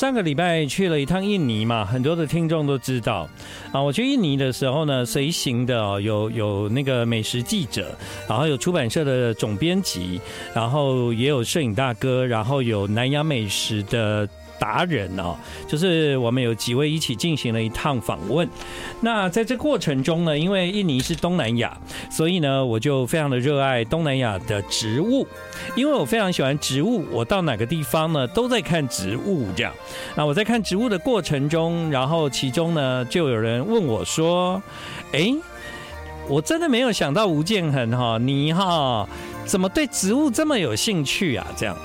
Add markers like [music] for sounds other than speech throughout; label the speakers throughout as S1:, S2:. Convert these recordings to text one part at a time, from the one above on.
S1: 上个礼拜去了一趟印尼嘛，很多的听众都知道啊。我去印尼的时候呢，随行的哦，有有那个美食记者，然后有出版社的总编辑，然后也有摄影大哥，然后有南洋美食的达人哦，就是我们有几位一起进行了一趟访问。那在这过程中呢，因为印尼是东南亚，所以呢，我就非常的热爱东南亚的植物，因为我非常喜欢植物，我到哪个地方呢，都在看植物这样。那我在看植物的过程中，然后其中呢，就有人问我说：“诶，我真的没有想到吴建衡哈，你哈怎么对植物这么有兴趣啊？”这样，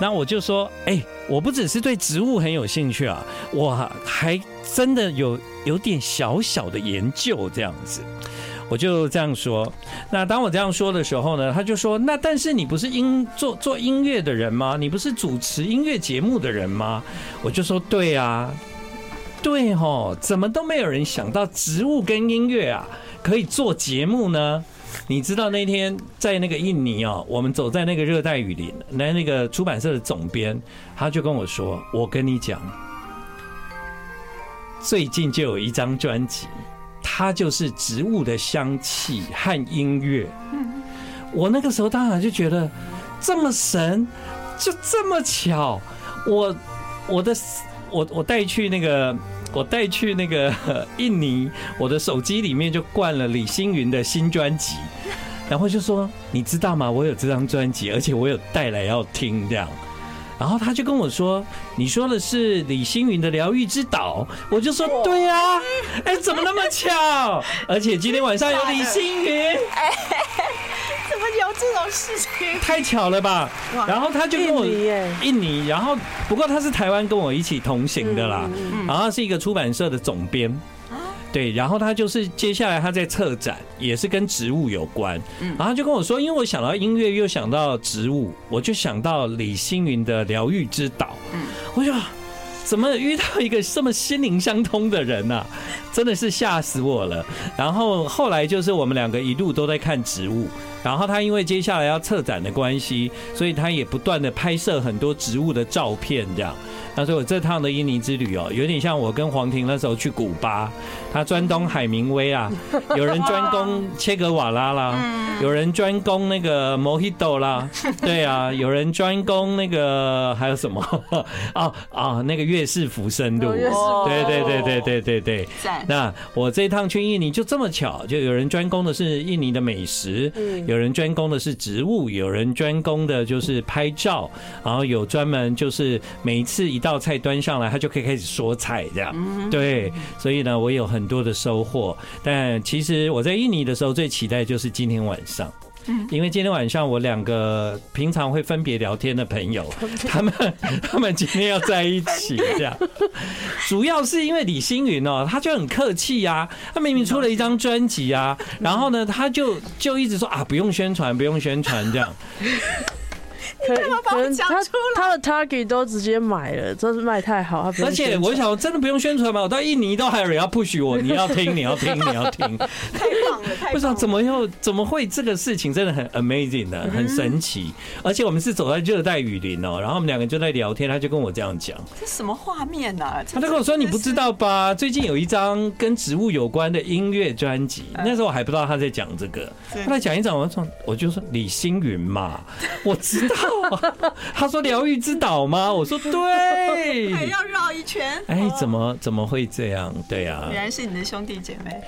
S1: 那我就说：“诶，我不只是对植物很有兴趣啊，我还真的有有点小小的研究这样子。”我就这样说。那当我这样说的时候呢，他就说：“那但是你不是音做做音乐的人吗？你不是主持音乐节目的人吗？”我就说：“对啊，对吼，怎么都没有人想到植物跟音乐啊可以做节目呢？”你知道那天在那个印尼哦，我们走在那个热带雨林，那那个出版社的总编他就跟我说：“我跟你讲，最近就有一张专辑，它就是植物的香气和音乐。我那个时候当然就觉得这么神，就这么巧，我我的我我带去那个。我带去那个 [laughs] 呃印尼，我的手机里面就灌了李星云的新专辑，然后就说你知道吗？我有这张专辑，而且我有带来要听这样。然后他就跟我说：“你说的是李星云的《疗愈之岛》。”我就说：“对呀、啊，哎，怎么那么巧？而且今天晚上有李星云，
S2: 怎么有这种事
S1: [laughs]
S2: 情？
S1: 太巧了吧？”
S2: 哇
S1: 然后他就跟我
S3: 印尼耶
S1: 印尼，然后不过他是台湾跟我一起同行的
S3: 嗯
S1: 啦，然后他是一个出版社的总编。
S3: 啊
S1: 对，然后他就是接下来他在策展，也是跟植物有关，
S3: 嗯
S1: 然后他就跟我说，因为我想到音乐，又想到植物，我就想到李星云的《疗愈之岛》，
S3: 嗯
S1: 我就啊怎么遇到一个这么心灵相通的人呐、啊，真的是吓死我了。然后后来就是我们两个一路都在看植物，然后他因为接下来要策展的关系，所以他也不断的拍摄很多植物的照片，这样。那所以我这趟的印尼之旅哦，有点像我跟黄婷那时候去古巴，他专攻海明威
S3: [laughs]
S1: 啊，有人专攻切格瓦拉
S3: 嗯
S1: 啦，有人专攻那个 Mojito
S3: [laughs]
S1: 啦，对啊，有人专攻那个还有什么 [laughs] 啊啊那个月式浮生路，
S3: 哦月式浮
S1: 对对对对对对对。
S2: 赞
S1: 那我这一趟去印尼就这么巧，就有人专攻的是印尼的美食，有人专攻的是植物，有人专攻的就是拍照，然后有专门就是每一次一道菜端上来，他就可以开始说菜这样。对，所以呢，我有很多的收获。但其实我在印尼的时候，最期待就是今天晚上。因为今天晚上我两个平常会分别聊天的朋友，他们 [laughs] 他们今天要在一起，这样。主要是因为李星云哦，他就很客气啊，他明明出了一张专辑啊，然后呢，他就就一直说啊，不用宣传，不用宣传
S3: [laughs]
S1: 这样。
S3: 可
S2: 嘛把我
S3: 可能
S2: 讲
S3: 他
S2: 出来
S3: 他的 target 都直接买了，真是卖太好，他不用
S1: 而且
S3: 宣传
S1: 我想，真的不用宣传嘛，我到印尼都还有人要 push 我，你要听，你要听，你要
S3: [laughs]
S1: 听。
S2: 太棒了，太
S1: 不知
S2: 棒
S1: 道
S2: 了！
S1: 怎么又怎么会这个事情真的很 amazing 呢、很神奇。
S3: 嗯
S1: 而且我们是走在热带雨林哦、然后我们两个就在聊天，他就跟我这样讲，
S2: 这什么画面呢、啊？
S1: 他就跟我说：“你不知道
S2: [laughs]
S1: 吧？最近有一张跟植物有关的音乐专辑。”那时候我还不知道他在讲这个，
S2: 嗯对
S1: 他在讲一讲，我就说我就说李星云嘛， [laughs] 我知道啊。 [laughs] 他说疗愈之岛吗？我说对。
S2: 还要绕一圈？
S1: 哎，怎
S2: 么？
S1: 么怎么会这样？对啊，
S2: 原来是你的兄弟姐妹。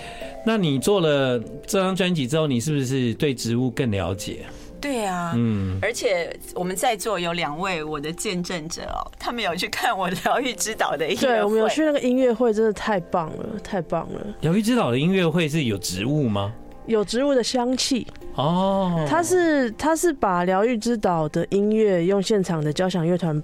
S1: 那你做了这张专辑之后，你是不是对植物更了解？
S2: 对啊，
S1: 嗯，
S2: 而且我们在座有两位我的见证者哦，他们有去看我疗愈指导的音乐
S3: 对，我们有
S2: 会
S3: 去那个音乐会，真的太棒了，太棒了，
S1: 疗愈之岛的音乐会是有植物吗？
S3: 有植物的香气。
S1: 哦，
S3: 他是他是把疗愈之岛的音乐用现场的交响乐团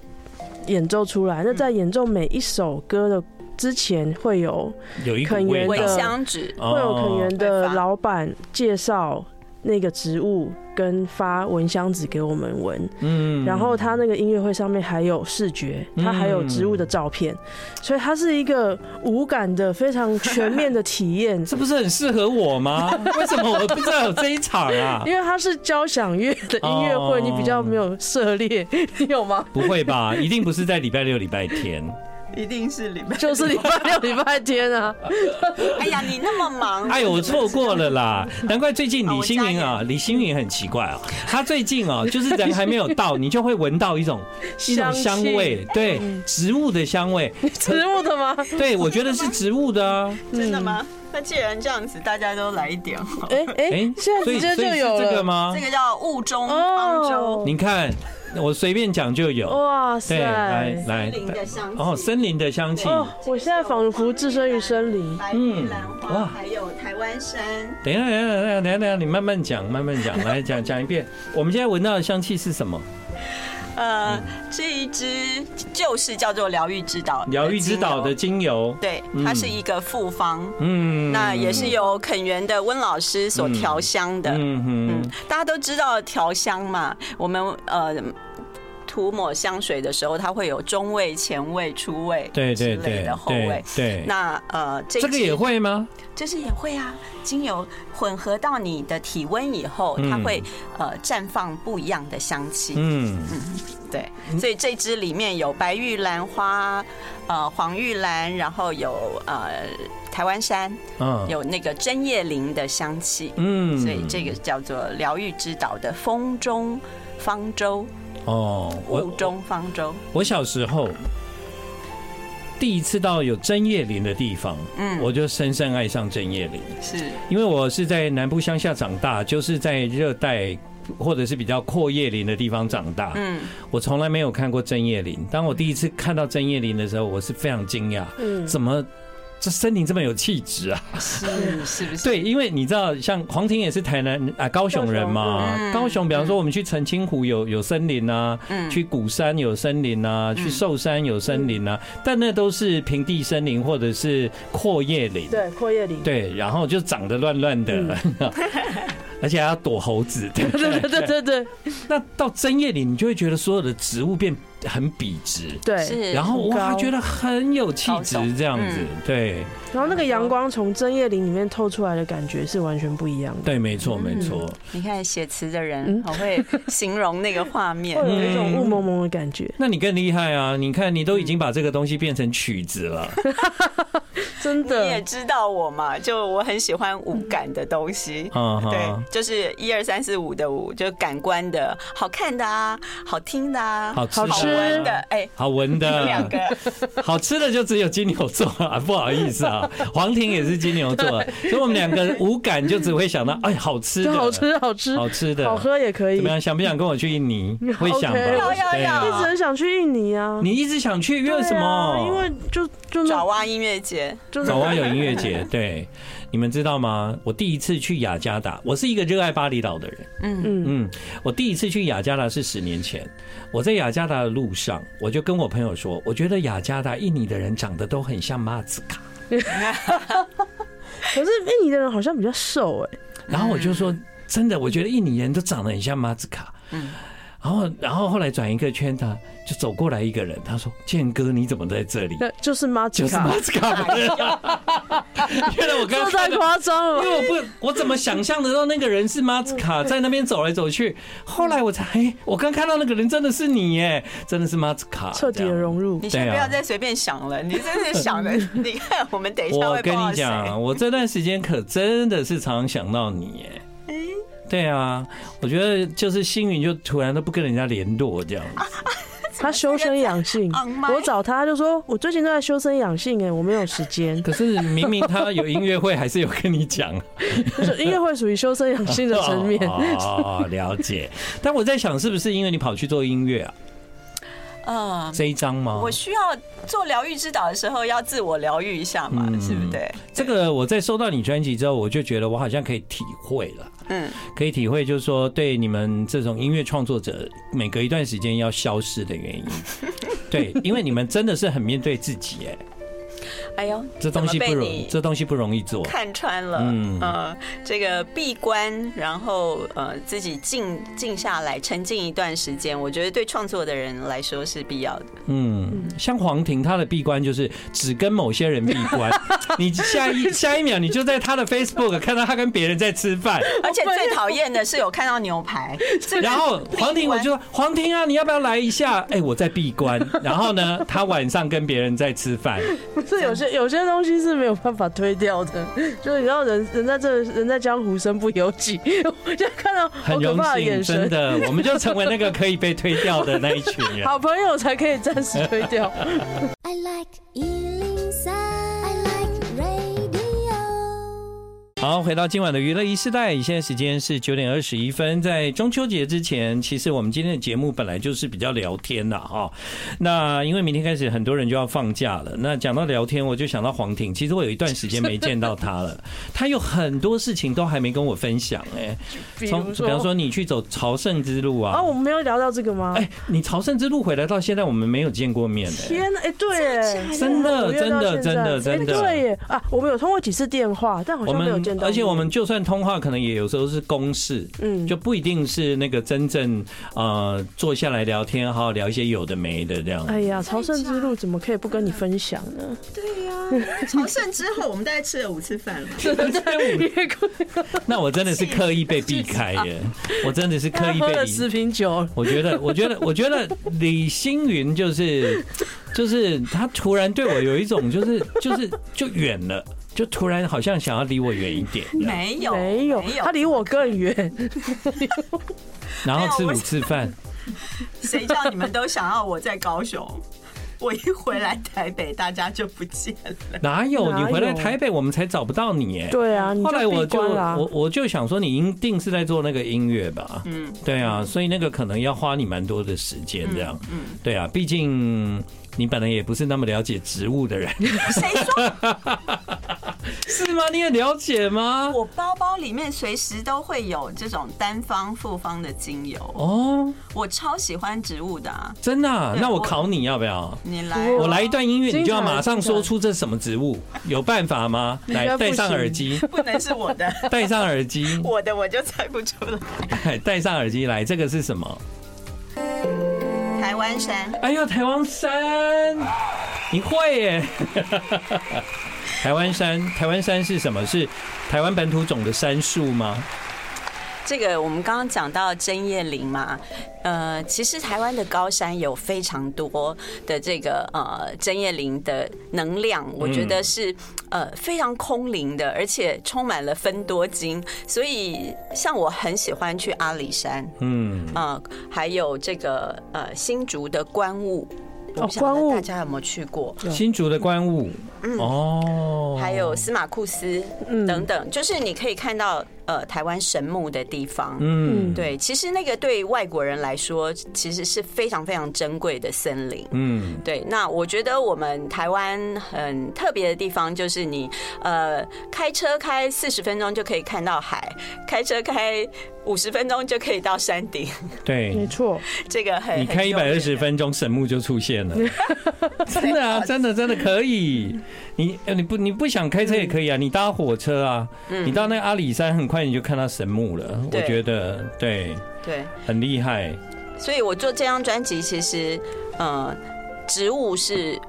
S3: 演奏出来。那在
S1: 嗯
S3: 演奏每一首歌的之前，会有
S1: 有一股
S3: 肯
S1: 味
S3: 源
S1: 道
S3: 的
S2: 茴香纸，
S1: 哦
S3: 会有肯园
S2: 会
S3: 的
S2: 发
S3: 老板介绍那个植物，跟发蚊香纸给我们闻。
S1: 嗯
S3: 然后他那个音乐会上面还有视觉，
S1: 嗯
S3: 它还有植物的照片，所以它是一个无感的、非常全面的体验
S1: [laughs] 。这不是很适合我
S3: [laughs]
S1: 吗？为什么我不知道有这一场啊？
S3: 因为它是交响乐的音乐
S1: 哦
S3: 会，你比较没有涉猎，你有吗？
S1: 不会吧？一定不是在礼拜六、礼拜天。
S2: 一定是里面。
S3: 就是礼拜六、礼拜天啊，
S2: 哎呀，你那么忙，
S1: 哎呦，我错过了啦！难怪最近李星云
S2: 哦我
S1: 啊，李星云很奇怪啊，他最近
S3: [laughs]
S1: 啊，就是人还没有到，你就会闻到一种一种香
S3: 气嗯
S1: 味，对，植物的香味。
S3: 植物的吗？ [laughs]
S1: 对，我觉得是植物的啊。
S2: 真的吗？那既然这样子，大家都来一点好了。
S3: 哎
S1: 哎
S3: 哎，，现在
S1: 所以
S3: 直
S1: 所以
S3: 接
S1: 是
S3: 就有
S1: 这个
S3: 了，
S1: 吗
S2: 这？个叫雾中方舟，
S3: 哦，
S1: 你看，我随便讲就有。
S3: 哇
S1: 对，来
S3: 塞！
S1: 来，
S2: 林的香气。
S1: 哦，森林的香气。
S3: 哦，我现在仿佛置身于森林。
S2: 白
S1: 嗯
S2: 玉兰花，
S1: 哇
S2: 还有台湾山，
S1: 等一下，等一下，等一下，等一下，等一下，你慢慢讲，慢慢讲，来讲讲一遍。我们现在闻到的香气是什么？嗯
S2: 呃，这一支就是叫做疗愈之岛，
S1: 疗愈之岛的，精油。
S2: 对
S1: 嗯，
S2: 它是一个复方，
S1: 嗯，
S2: 那也是由肯园的温老师所调香的。
S1: 嗯
S2: 嗯
S1: 哼，，
S2: 大家都知道调香嘛，我们呃涂抹香水的时候，它会有中味、前味、初味，
S1: 对对
S2: 之类
S1: 对
S2: 的后
S1: 对
S2: 味。
S1: 嗯对，
S2: 那呃，这
S1: 这个也
S2: 会。
S1: 会吗？
S2: 就是也会啊，精油混合到你的体温以后，
S1: 嗯
S2: 它会呃绽放不一样的香气。
S1: 嗯，
S2: 对，所以这支里面有白玉兰花，呃，黄玉兰，然后有呃台湾山，
S1: 嗯，
S2: 有那个针叶林的香气。
S1: 嗯
S2: 所以这个叫做疗愈之岛的风中方舟，
S1: 哦，
S2: 雾
S1: 我
S2: 中方舟。
S1: 我小时候第一次到有针叶林的地方，
S2: 嗯，
S1: 我就深深爱上针叶林。
S2: 是
S1: 因为我是在南部乡下长大，就是在热带或者是比较阔叶林的地方长大。
S2: 嗯，
S1: 我从来没有看过针叶林。当我第一次看到针叶林的时候，我是非常惊讶，
S3: 嗯，
S1: 怎么这森林这么有气质啊？
S2: 是是不是？
S1: 对，因为你知道，像黄婷也是台南啊高雄人嘛
S2: 高雄，嗯
S1: 高雄，比方说我们去澄清湖有有森林啊，
S2: 嗯
S1: 去鼓山有森林啊，去寿山有森林啊，但那都是平地森林或者是阔叶林。
S3: 对，阔叶林。
S1: 对，然后就长得乱乱的， [laughs] 而且还要躲猴子。对不
S3: [laughs]
S1: 对
S3: 对对对对对
S1: 那到针叶林，你就会觉得所有的植物变很笔直，
S3: 对。
S2: 是，
S1: 然后
S3: 很
S1: 哇，
S3: 高嗯
S1: 觉得很有气
S2: 高
S1: 质
S2: 耸
S1: 这样子。对
S3: 然后那个阳光从针叶林里面透出来的感觉是完全不一样的，
S1: 对，没错没错。
S2: 你看写词的人
S3: 嗯
S2: 好会形容那个画面，
S3: 会有一种雾蒙蒙的感觉，
S1: 那你更厉害啊！你看，你都已经把这个东西变成曲子
S3: [laughs]
S1: 了。
S3: 真
S2: 你也
S3: 的。
S2: 知道我嘛，就我很喜欢五感的东西。
S1: 啊
S2: 对
S1: 哈，，
S2: 就是一二三四五的五，就感官的，好看的啊，好听的啊，
S1: 好吃嗯
S3: 好吃
S2: 闻的，哎、
S1: 好闻
S2: 两
S1: 的， [laughs]
S2: 个
S1: 好吃的就只有金牛座啊， [laughs] 不好意思
S3: [laughs]
S1: 啊，黄婷也是金牛座，啊所以我们两个无感就只会想到哎，好吃
S3: 就
S1: 的，
S3: 好吃，好吃，
S1: 好吃的，
S3: 好喝也可以。
S1: 怎么
S3: 一
S1: 样？想不想跟我去印尼？会想吧？啊
S3: 要
S2: 要要
S3: 直很想去印尼啊，
S1: 你一直想去，因为什
S3: 对啊
S1: 么？
S3: 因为就就
S2: 爪
S3: 那
S2: 哇音乐节， [laughs]
S3: 就
S1: 早晚有音乐节，对，你们知道吗？我第一次去雅加达，我是一个热爱巴厘岛的人。
S2: 嗯
S3: 嗯
S1: 嗯，我第一次去雅加达是十年前，我在雅加达的路上，我就跟我朋友说，我觉得雅加达印尼的人长得都很像马子卡。
S3: 可是印尼的人好像比较瘦哎，
S1: 然后我就说，真的，我觉得印尼人都长得很像马子卡。
S2: 嗯
S1: 然后，然后后来转一个圈，他就走过来一个人，他说：“建哥，你怎么在这里？”
S3: 那就是马吉
S1: 就是
S3: 卡
S1: 马，斯卡本人。 [laughs] 原来我刚
S3: 这
S1: 刚
S3: 太
S1: 看到
S3: 夸张了
S1: [laughs] 因
S3: 吧。
S1: 为我不，我怎么想象得到那个人是马斯卡
S3: 嗯
S1: 在那边走来走去？后来我才，哎、我刚看到那个人真的是你耶，真的是马斯卡，
S3: 彻底的融入
S2: 你，先
S1: 对啊
S2: 不要再随便想了，你真
S1: [laughs]
S2: 是想的，你看我们等一
S1: 这
S2: 下
S1: 样。
S2: 会
S1: 我跟
S2: 碰到
S1: 你
S2: 谁？
S1: 讲，啊我这段时间可真的是常想到你耶。
S3: 哎
S1: 对啊，我觉得就是星云就突然都不跟人家联络这样，
S3: 他修身养性
S2: 昂。麦
S3: 我找他就说，我最近都在修身养性哎，我没有时间。
S1: 可是明明他有音乐会，还是有跟你
S3: [laughs]
S1: 讲。。
S3: 就是音乐会属于修身养性的层面
S1: 哦，了解。但我在想，是不是因为你跑去做音乐啊？
S2: 嗯。
S1: 这一张吗
S2: 我？需要做疗愈之岛的时候，要自我疗愈一下嘛，
S1: 嗯
S2: 是不对？
S1: 这个我在收到你专辑之后，我就觉得我好像可以体会了，
S2: 嗯，
S1: 可以体会，就是
S2: [laughs]
S1: 说对你们这种音乐创作者，每隔一段时间要消失的原因。对，因为你们真的是很面对自己，哎，
S2: 哎呦，
S1: 这东西
S2: 怎么
S1: 不
S2: 被
S1: 容
S2: 你，
S1: 这东西不容易做。
S2: 看穿了，
S1: 嗯
S2: 嗯、这个闭关，然后呃，自己静静下来，沉静一段时间，我觉得对创作的人来说是必要的。
S1: 嗯，像黄婷，她的闭关就是只跟某些人闭
S2: [laughs]
S1: 关，你下一下一秒你就在她的 Facebook 看到她跟别人在吃
S2: [laughs]
S1: 饭，
S2: 而且最讨厌的是有看到牛 [laughs] 排，这个
S1: 然后
S2: 闭
S1: 黄婷我
S2: 关
S1: 就说黄婷啊，你要不要来一下？哎、我在闭关，然后呢，她晚上跟别人在吃饭，
S3: 是有些有些东西是没有办法推掉的，就是你知道人人在这人在江湖身不由己，我就看到好
S1: 很
S3: 可
S1: 荣
S3: 怕的
S1: 幸，
S3: 眼
S1: 真
S3: 神。
S1: 的，我们就成为那个可以被推掉的那一群人。
S3: [laughs] 好朋友才可以暂时推
S1: [laughs]
S3: 掉。
S4: I like Ealing Sound. I like radio.
S1: 好，回到今晚的娱乐一时代，现在时间是九点二十一分。在中秋节之前，其实我们今天的节目本来就是比较聊天的哈。那因为明天开始很多人就要放假了，那讲到聊天，我就想到黄婷。其实我有一段时间没见到她
S3: [laughs]
S1: 了，她有很多事情都还没跟我分享哎、
S3: 比
S1: 从
S3: 如
S1: 比方
S3: 说，
S1: 说你去走朝圣之路啊
S3: 啊，，我们没有聊到这个吗
S1: 哎、？你朝圣之路回来到现在，我们没有见过面哎、
S3: 天哪，哎，对耶，
S1: 真的
S3: 五月到
S1: 真的
S3: 现在
S1: 真的真的
S3: 哎对耶啊，我们有通过几次电话，但好
S1: 我
S3: 像没有
S1: 们
S3: 见到。
S1: 而且我们就算通话，可能也有时候是公事，
S3: 嗯
S1: 就不一定是那个真正呃坐下来聊天，好好聊一些有的没的这样。
S3: 哎呀，朝圣之路怎么可以不跟你分享
S1: [laughs]
S3: 呢？
S2: 对呀、朝圣之后，我们大概吃了五次饭了。
S1: 那我真的是刻意被避开耶，我真的是刻
S3: [laughs] 他
S1: 意
S3: 喝
S1: 被
S3: 了
S1: 离
S3: 十瓶酒，
S1: 我觉得，我觉得，我 [laughs] 觉得李星云就是，就是他突然对我有一种就是就是就远了，就突然好像想要离我远一点，
S2: [laughs] 没有，
S3: 没有
S2: 没，
S3: 他
S2: 有，
S3: 离我更远。
S2: [laughs]
S1: 然后吃五
S2: 没有我
S1: 次
S2: [laughs]
S1: 饭。
S2: 谁叫你们都想要我在高雄？我一回来台北，大家就不见了。
S1: 哪有
S3: 哪
S1: 你
S3: 有
S1: 回来台北，我们才找不到你耶？
S3: 对啊，你
S1: 后来我
S3: 闭
S1: 就
S3: 关啦
S1: 我。我就想说，你一定是在做那个音乐吧？
S2: 嗯，
S1: 对啊，所以那个可能要花你蛮多的时间这样。嗯，对啊，毕竟你本来也不是那么了解植物的人，
S2: [laughs] 谁说
S1: [laughs] 是吗？你也了解吗？
S2: 我包包里面随时都会有这种单方、复方的精油？
S1: 哦，
S2: 我超喜欢植物的啊！
S1: 真的啊、
S2: 对
S1: 那我
S2: 我
S1: 考你要不要？
S2: 你来啊，
S1: 我来一段音乐，
S3: 精彩
S1: 你就要马上说出这是什么植物，有办法
S3: [laughs]
S1: 吗？
S3: 该
S1: 来，
S3: 不行
S1: 戴上耳机，
S2: 不能是我 [laughs] 的，
S1: 戴上耳机， [laughs]
S2: 我的我就猜不出来。
S1: 戴上耳机，来，这个是什么？
S2: 台湾山，
S1: 哎呦，台湾山，你会耶！ [laughs] 台湾山，台湾山是什么？是台湾本土种的杉树吗？
S2: 这个我们刚刚讲到针叶林嘛，呃，其实台湾的高山有非常多的这个呃针叶林的能量，我觉得是呃非常空灵的，而且充满了分多精，所以像我很喜欢去阿里山
S1: 嗯，
S2: 啊、呃还有这个呃新竹的观雾。我不晓
S3: 观雾
S2: 得大家有没有去过？
S1: 新竹的观雾。哦，
S2: 嗯
S1: 嗯
S2: 还有司马库斯等等，就是你可以看到呃台湾神木的地方。
S1: 嗯
S2: 对，其实那个对外国人来说，其实是非常非常珍贵的森林。
S1: 嗯
S2: 对，那我觉得我们台湾很特别的地方就是你，呃，开车开四十分钟就可以看到海，开车开五十分钟就可以到山顶，
S3: 没
S1: 对。
S3: 错，
S2: 这个很
S1: 你开一百二十，
S2: 很
S1: 分钟，神木就出现了， [laughs] 真的啊，真的真的可以。你呃你不你不想开车也可以啊，你搭火车啊，你到那个阿里山，很快你就看到神木了。我
S2: 嗯对
S1: 觉得对，
S2: 有名
S1: 很厉害。
S2: 对，所以我做这张专辑，其实，呃，植物是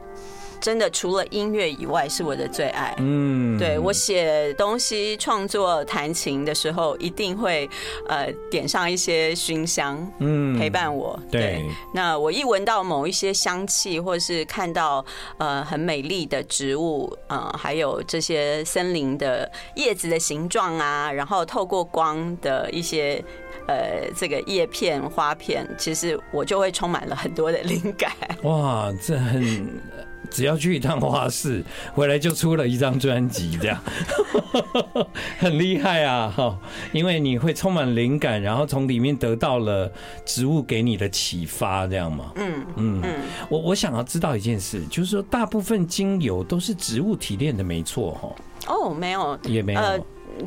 S2: 真的除了音乐以外是我的最爱。
S1: 嗯，
S2: 对我写东西、创作、弹琴的时候，一定会呃点上一些熏香
S1: 嗯
S2: 陪伴我。
S1: 对，
S2: 那我一闻到某一些香气，或是看到呃很美丽的植物，呃，还有这些森林的叶子的形状啊，然后透过光的一些。呃，这个叶片、花片，其实我就会充满了很多的灵感。
S1: 哇，这很。只要去一趟花市，回来就出了一张专辑，这样 [laughs] 很厉害啊！哈，因为你会充满灵感，然后从里面得到了植物给你的启发，这样吗？
S2: 嗯，
S1: 嗯，我我想要知道一件事，就是说大部分精油都是植物提炼的，没错哈，
S2: 哦，没有，
S1: 也没有，
S2: 呃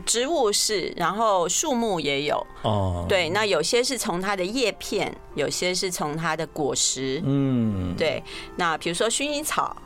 S2: 植物是，然后树木也有。
S1: 哦，，
S2: 对，那有些是从它的叶片，有些是从它的果实。
S1: 嗯，
S2: 对，那比如说薰衣草、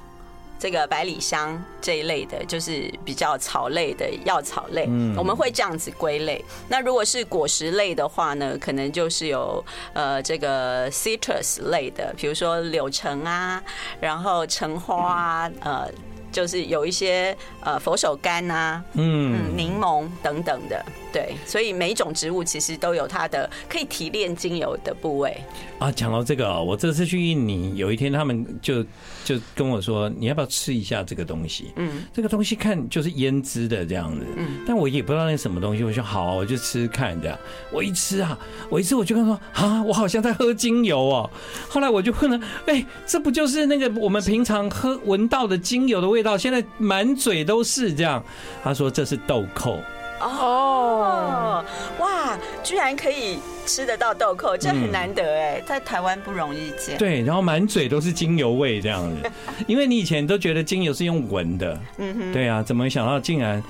S2: 这个百里香这一类的，就是比较草类的药草类，
S1: 嗯
S2: 我们会这样子归类。那如果是果实类的话呢，可能就是有呃这个 citrus 类的，比如说柳橙啊，然后橙花啊，呃。就是有一些呃佛手柑啊，嗯，
S1: 嗯，
S2: 柠檬等等的，对，所以每一种植物其实都有它的可以提炼精油的部位。
S1: 啊，讲到这个哦，我这次去印尼，有一天他们就就跟我说，你要不要吃一下这个东西？
S2: 嗯，
S1: 这个东西看就是腌制的这样子，
S2: 嗯
S1: 但我也不知道那是什么东西，我说好，我就吃看这样。我一吃啊，我一吃我就跟他说啊，我好像在喝精油哦。后来我就问了，哎、这不就是那个我们平常喝闻到的精油的味道，现在满嘴都是这样。他说这是豆蔻，
S3: 哦，
S2: 哦，哇，居然可以吃得到豆蔻，这很难得哎，在台湾不容易
S1: [laughs]
S2: 见。
S1: 对，然后满嘴都是精油味这样子，因为你以前都觉得精油是用闻的，
S2: 嗯哼，
S1: 对啊，怎么想到竟然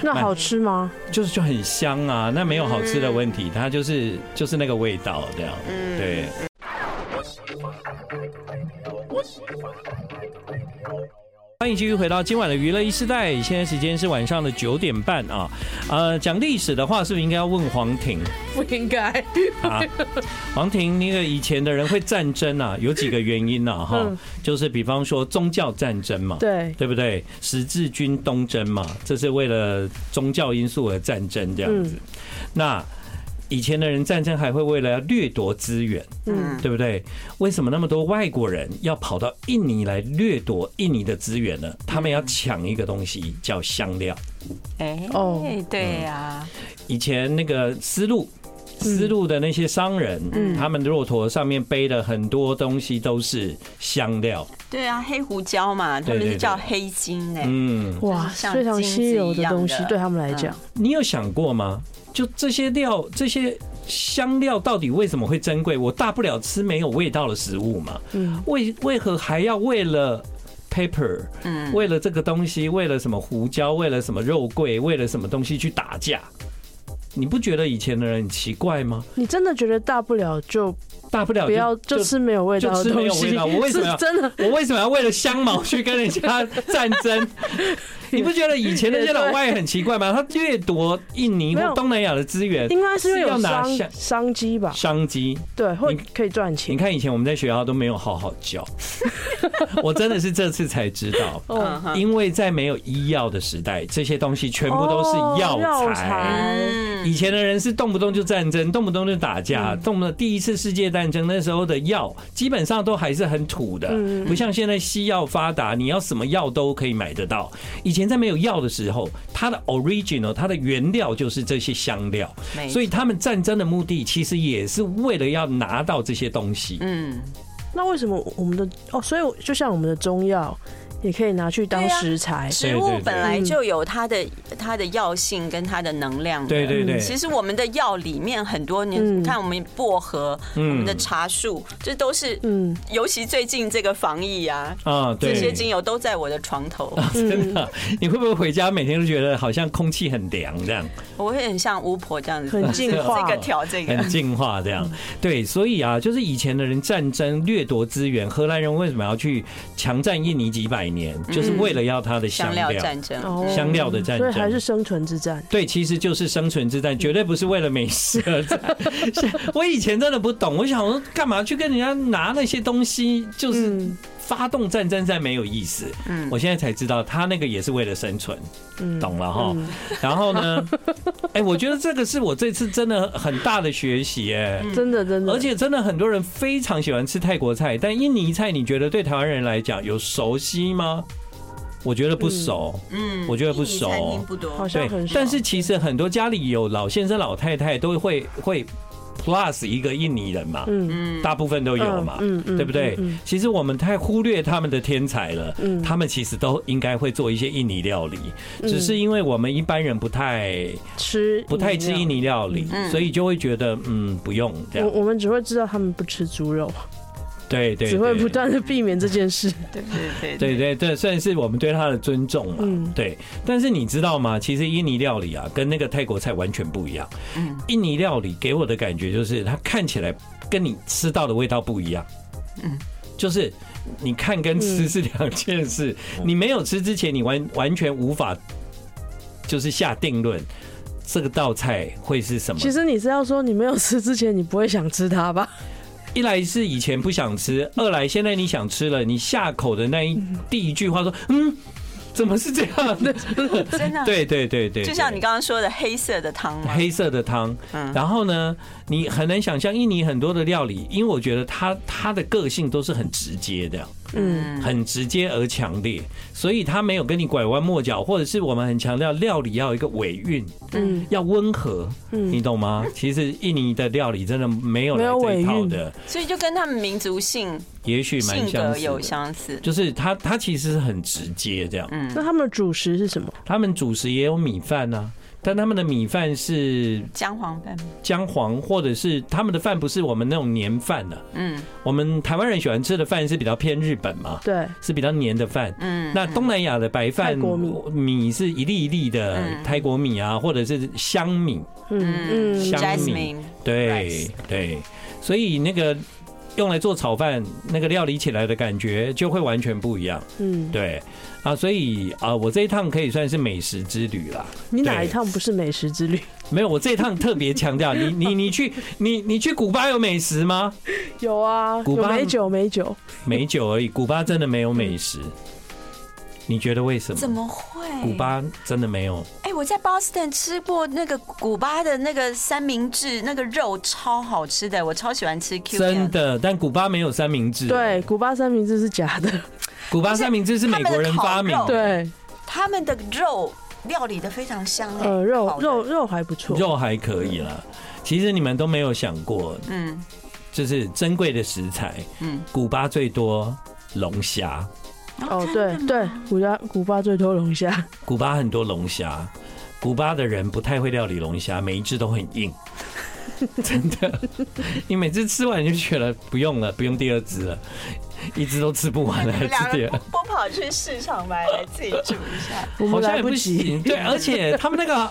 S3: 那好吃吗？
S1: 就是就很香啊，那没有好吃的问题，它就是就是那个味道这样，
S2: 嗯
S1: 对。欢迎继续回到今晚的娱乐一时代，现在时间是晚上的九点半啊。呃，讲历史的话，是不是应该要问黄庭
S3: 不应该。
S1: 啊？黄庭，那个以前的人会战争啊，有几个原因啊，哈
S3: 嗯，
S1: 就是比方说宗教战争嘛，
S3: 对，
S1: 对不对？十字军东征嘛，这是为了宗教因素而战争这样子。
S3: 嗯
S1: 那以前的人战争还会为了要掠夺资源，
S3: 嗯，
S1: 对不对？为什么那么多外国人要跑到印尼来掠夺印尼的资源呢？他们要抢一个东西叫香料。
S2: 哎
S3: 哦，
S2: 对啊呀，
S1: 嗯以前那个丝路。丝路的那些商人，
S3: 嗯
S1: 他们的骆驼上面背的很多东西都是香料，
S2: 对啊，黑胡椒嘛，他
S1: 对
S2: 们
S1: 对
S2: 是
S1: 对
S2: 叫黑金哎，
S1: 嗯，
S3: 哇，
S2: 就是像
S3: 非常稀有
S2: 金子一
S3: 的东
S2: 样
S3: 西
S2: 的嗯
S3: 对他们来讲，
S1: 你有想过吗？就这些料，这些香料到底为什么会珍贵？我大不了吃没有味道的食物嘛，
S3: 嗯，
S1: 为为何还要为了 paper，
S2: 嗯，
S1: 为了这个东西，为了什么胡椒，为了什么肉桂，为了什么东西去打架？你不觉得以前的人很奇怪吗？
S3: 你真的觉得大不了就
S1: 大不了
S3: 不要就吃没有味道
S1: 就
S3: 的
S1: 吃没
S3: 东
S1: 有味
S3: 西，
S1: 道我为什么要
S3: 是
S1: [laughs]
S3: 真的？
S1: 我为什么要为了香茅去跟人家战
S3: [laughs]
S1: 争？你不觉得以前那些老外很奇怪吗？他掠夺印尼
S3: 没
S1: 或
S3: 有
S1: 东南亚的资源，
S3: 应该是因为
S1: 是要
S3: 有
S1: 拿
S3: 商
S1: 下
S3: 商机吧？
S1: 商机。
S3: 对，或
S1: 你
S3: 可以赚
S1: 你
S3: 钱。
S1: 看以前我们在学校都没有好好
S3: [laughs]
S1: 教，我真的是这次才知道，
S2: 嗯
S3: 哦，
S2: 哼
S1: 因为在没有医药的时代，这些东西全部都是
S3: 哦药
S1: 药材。
S3: 材
S1: 以
S2: 嗯，
S1: 前的人是动不动就战争，动不动就打架，动不动第一次世界战争那时候的药基本上都还是很土的，
S3: 嗯
S1: 不像现在西药发达，你要什么药都可以买得到。以前在没有药的时候，它的 original 它的原料就是这些香料，
S2: 没
S1: 所以他们战争的目的其实也是为了要拿到这些东西。
S2: 嗯，
S3: 那为什么我们的哦？所以就像我们的中药也可以拿去当
S2: 对啊
S3: 食材，
S2: 植
S1: 对
S2: 物
S1: 对对
S2: 本来就有它的它的药性跟它的能量的，
S1: 对对对，
S2: 嗯其实我们的药里面很多，你
S3: 嗯
S2: 你看我们薄荷、
S1: 嗯
S2: 我们的茶树，这都是，
S3: 嗯
S2: 尤其最近这个防疫啊，
S1: 啊，对，啊
S2: 这些嗯精油都在我的床头，
S1: [laughs] 真的，你会不会回家每天都觉得好像空气很凉这样，
S2: 我会很像巫婆这样子，
S3: 很进化
S2: 这个调这个
S1: 很，净化这样？对，所以啊，就是以前的人战争掠夺资源，荷兰人为什么要去强占印尼几百年，就是为了要它的香
S2: 嗯香
S1: 料
S2: 料。战争，
S3: 哦
S1: 香料的战
S3: 所以
S1: 争，
S3: 还是生存之战。
S1: 对，其实就是生存之战，绝对不是为了美食而战。
S2: [laughs]
S1: 是我以前真的不懂，我想说干嘛去跟人家拿那些东西，就是
S3: 嗯
S1: 发动战争再没有意思。
S2: 嗯
S1: 我现在才知道，他那个也是为了生存，
S3: 嗯
S1: 懂了哈。
S3: 嗯
S1: 然后呢，
S2: [laughs]
S1: 哎，我觉得这个是我这次真的很大的学习哎。
S3: 真的真的，
S1: 而且真的很多人非常喜欢吃泰国菜，但印尼菜你觉得对台湾人来讲有熟悉吗？我觉得不熟。
S2: 嗯
S1: 我觉得不熟哦
S2: 印尼餐厅不多
S3: 好，像
S1: 对
S3: 很，少。
S1: 但是其实很多家里有老先生、老太太都会会 plus 一个印尼人嘛，
S3: 嗯，
S2: 嗯，
S1: 大部分都有嘛，
S3: 嗯嗯
S1: 对不对
S3: 嗯嗯？
S1: 其实我们太忽略他们的天才了
S3: 嗯，
S1: 他们其实都应该会做一些印尼料理，只是因为我们一般人不太
S3: 吃
S1: 不太吃印
S3: 尼
S1: 尼料理，
S2: 嗯
S1: 所以就会觉得嗯不用这
S3: 料。
S1: 样。
S3: 我我们只会知道他们不吃猪肉，
S1: 对对，
S3: 只会
S1: 对
S3: 不断的避免这
S1: [laughs]
S3: 件事。
S2: 对对
S1: 对
S2: 对
S1: 对，这算是我们对它的尊重嘛。
S3: 嗯
S1: 对，但是你知道吗？其实印尼料理啊，跟那个泰国菜完全不一样。嗯，印尼料理给我的感觉就是，它看起来跟你吃到的味道不一样。嗯，就是你看跟吃是两件事。你没有吃之前，你完完全无法就是下定论这个道菜会是什么
S3: 其实你是要说，你没有吃之前，你不会想吃它吧？
S1: 一来是以前不想吃，二来现在你想吃了，你下口的那一第一句话说，嗯，怎么是这样？
S2: [laughs] 真的啊
S1: 对对对对，
S2: 就像你刚刚说的黑色的汤嘛，
S1: 黑色的汤，
S2: 嗯
S1: 然后呢，你很难想象印尼很多的料理，因为我觉得它它的个性都是很直接的，
S3: 嗯，
S1: 很直接而强烈，所以它没有跟你拐弯抹角，或者是我们很强调料理要有一个尾韵，
S3: 嗯，
S1: 要温和，
S2: 嗯
S1: 你懂吗？其实印尼的料理真的没有
S3: 没
S1: 来
S3: 有
S1: 这一
S3: 尾
S1: 套
S3: 韵
S1: 的，
S2: 所以就跟他们民族性
S1: 也许蛮
S2: 性
S1: 相
S2: 格
S1: 似
S2: 有
S1: 的。
S2: 相嗯似。
S1: 就是它它其实是很直接这样。
S3: 那他们的主食是什么？
S1: 他们主食也有米饭呐、但他们的米饭是
S2: 姜黄饭，
S1: 姜黄，或者是他们的饭不是我们那种黏饭的、啊
S2: 嗯，
S1: 我们台湾人喜欢吃的饭是比较偏日本嘛，
S3: 对，
S1: 是比较黏的饭。
S2: 嗯，
S1: 那东南亚的白饭
S3: 泰国米
S1: 米是一粒一粒的
S2: 嗯
S1: 泰国米啊，或者是香米，
S3: 嗯嗯，
S1: 香米
S2: Jasmine，
S1: 对
S2: Rice
S1: 对，所以那个用来做炒饭，那个料理起来的感觉就会完全不一样。
S3: 嗯，
S1: 对啊，所以啊，我这一趟可以算是美食之旅啦。
S3: 你哪
S1: 对
S3: 一趟不是美食之旅？ [laughs]
S1: 没有，我这一趟特别强
S2: [laughs]
S1: 调，你你你去你你去古巴有美食吗？
S3: 有啊，
S1: 古
S3: 有
S1: 巴
S3: 美酒，美酒。
S1: 美酒而已，古巴真的没有美食。你觉得为什
S2: 怎
S1: 么？
S2: 么会？
S1: 古巴真的没有？
S2: 哎、我在 Boston 吃过那个古巴的那个三明治，那个肉超好吃的，我超喜欢吃 Q
S1: 真的，但古巴没有三明治。
S3: 对，，古巴三明治是假的。
S1: 古巴三明治是美国人发明
S2: 他们的烤肉
S1: 的，
S3: 对，
S2: 他们的肉料理的非常香、哎
S3: 呃，肉
S2: 烤得
S3: 肉肉还不错。
S1: 哦肉还可以啦。其实你们都没有想过，
S2: 嗯，
S1: 就是珍贵的食材。嗯
S2: 嗯，
S1: 古巴最多龙虾。
S3: 哦，对对，古巴古巴最多龙虾。
S1: 古巴很多龙虾，古巴的人不太会料理龙虾，每一只都很
S2: [laughs]
S1: 硬，真的。你每次吃完你就觉得不用了，不用第二只了，一只都吃不完了，
S2: 你
S1: 还
S2: 们两
S1: 吃第
S2: 个
S1: 二。
S2: 不不跑去市场买来自己煮一下？
S3: 我
S1: 好
S3: 们
S1: 像
S3: 来
S1: 也
S3: 不及 [laughs]
S1: 行。。对，而且他们那个。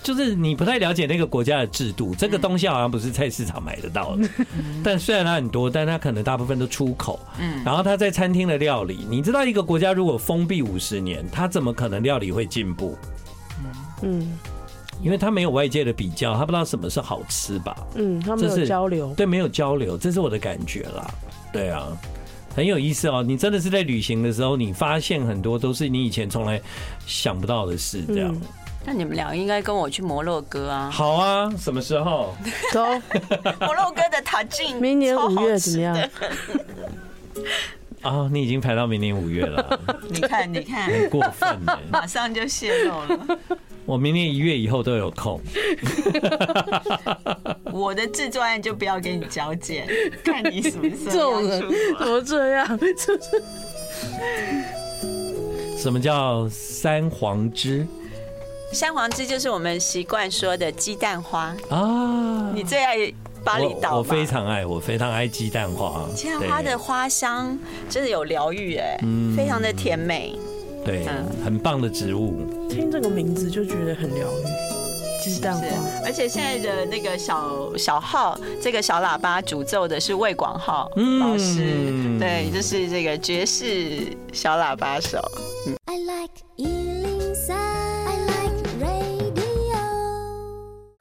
S1: 就是你不太了解那个国家的制度，这个东西好像不是菜市场买得到的。
S3: 嗯
S1: 但虽然它很多，但它可能大部分都出口。嗯，然后它在餐厅的料理，你知道一个国家如果封闭五十年，它怎么可能料理会进步？
S3: 嗯
S1: 因为他没有外界的比较，他不知道什么是好吃吧？
S3: 嗯，他们
S1: 这
S3: 有
S1: 是
S3: 交流。
S1: 对，没有交流，这是我的感觉啦。对啊，很有意思哦。你真的是在旅行的时候，你发现很多都是你以前从来想不到的事。这样、
S3: 嗯
S2: 那你们俩应该跟我去摩洛哥啊，
S1: 好啊，什么时 [laughs] 候？
S3: 走，
S2: 摩洛哥的塔进，
S3: 明年
S2: 超
S3: 五
S2: 好
S3: 月
S2: 吃
S3: 怎么样？
S1: 哦，你已经排到明年五月 [laughs] 了，
S2: 你看，你看，
S1: 很过分呢。
S2: 马上就泄露了。
S1: 我明年一月以后都有空。
S2: 我的制作案就不要给你交件，看你什么时
S3: 这
S2: 候
S3: 种
S2: 要 [laughs] 啊
S3: 人
S2: 出
S3: 怎
S2: 国。
S3: 么这样？ [laughs] 这是
S1: 什么叫三黄汁
S2: 山黄汁就是我们习惯说的鸡蛋花，
S1: 啊？
S2: 你最爱巴厘
S1: 我
S2: 岛
S1: 我
S2: 吧
S1: 非常爱，我非常爱鸡蛋花。
S2: 鸡蛋花的花香真的有疗愈哎，
S1: 嗯
S2: 非常的甜美。
S1: 对，对
S2: 嗯
S1: 很棒的植物。
S3: 听这个名字就觉得很疗愈，鸡蛋
S2: 是
S3: 花。，
S2: 而且现在的那个小小号，这个小喇叭主奏的是魏广浩老师，
S1: 嗯
S2: 对，就是这个爵士小喇叭手。
S4: I like Ealing Sound. I like radio.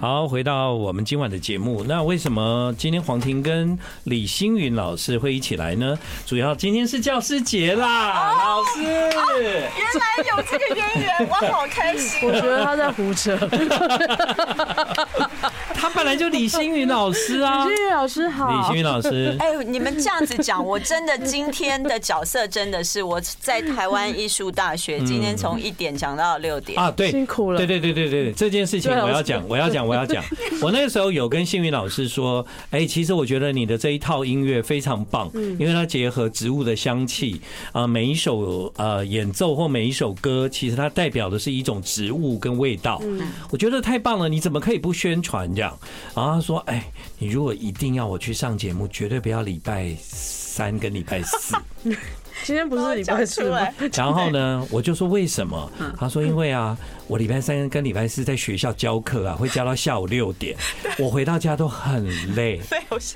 S1: 好，回到我们今晚的节目。那为什么今天黄婷跟李星云老师会一起来呢？主要今天是教师节啦，
S2: 哦
S1: 老
S2: [laughs]
S1: 师。
S2: 原来有这个渊源，我好开心
S3: 我。觉得他在胡扯。
S1: [laughs] 他本来就李星云老师啊，
S3: 金宇老师
S1: 李
S3: 好
S1: 星。云老师。
S2: [laughs] 哎、你们这样子讲，我真的今天的角色真的是我在台湾艺术大
S1: 嗯
S2: 学，今天从一点讲到六 [laughs] 点。
S1: 啊，对，
S3: 辛苦了
S1: 对对对对对，这件事情
S3: 对
S1: 我要
S3: 老师
S1: 讲，我要讲，我要
S3: [laughs]
S1: 讲。我那个时候有跟幸运老师说，哎、其实我觉得你的这一套音乐非常棒，
S3: 嗯
S1: 因为它结合植物的香气啊、每一首呃演奏或每一首歌，其实它代表的是一种植物跟味道。
S3: 嗯
S1: 我觉得太棒了，你怎么可以不宣传这样？然后他说，哎、你如果一定要我去上节目，绝对不要礼拜。三跟礼拜四。
S3: 今天不是礼拜四吗？ [laughs]
S1: 然后呢，我就说为什么？
S3: 嗯
S1: 他说因为啊，我礼拜三跟礼拜四在学校教课啊，会教到下午六
S3: [laughs]
S1: 点，我回到家都很累，
S2: 对，我是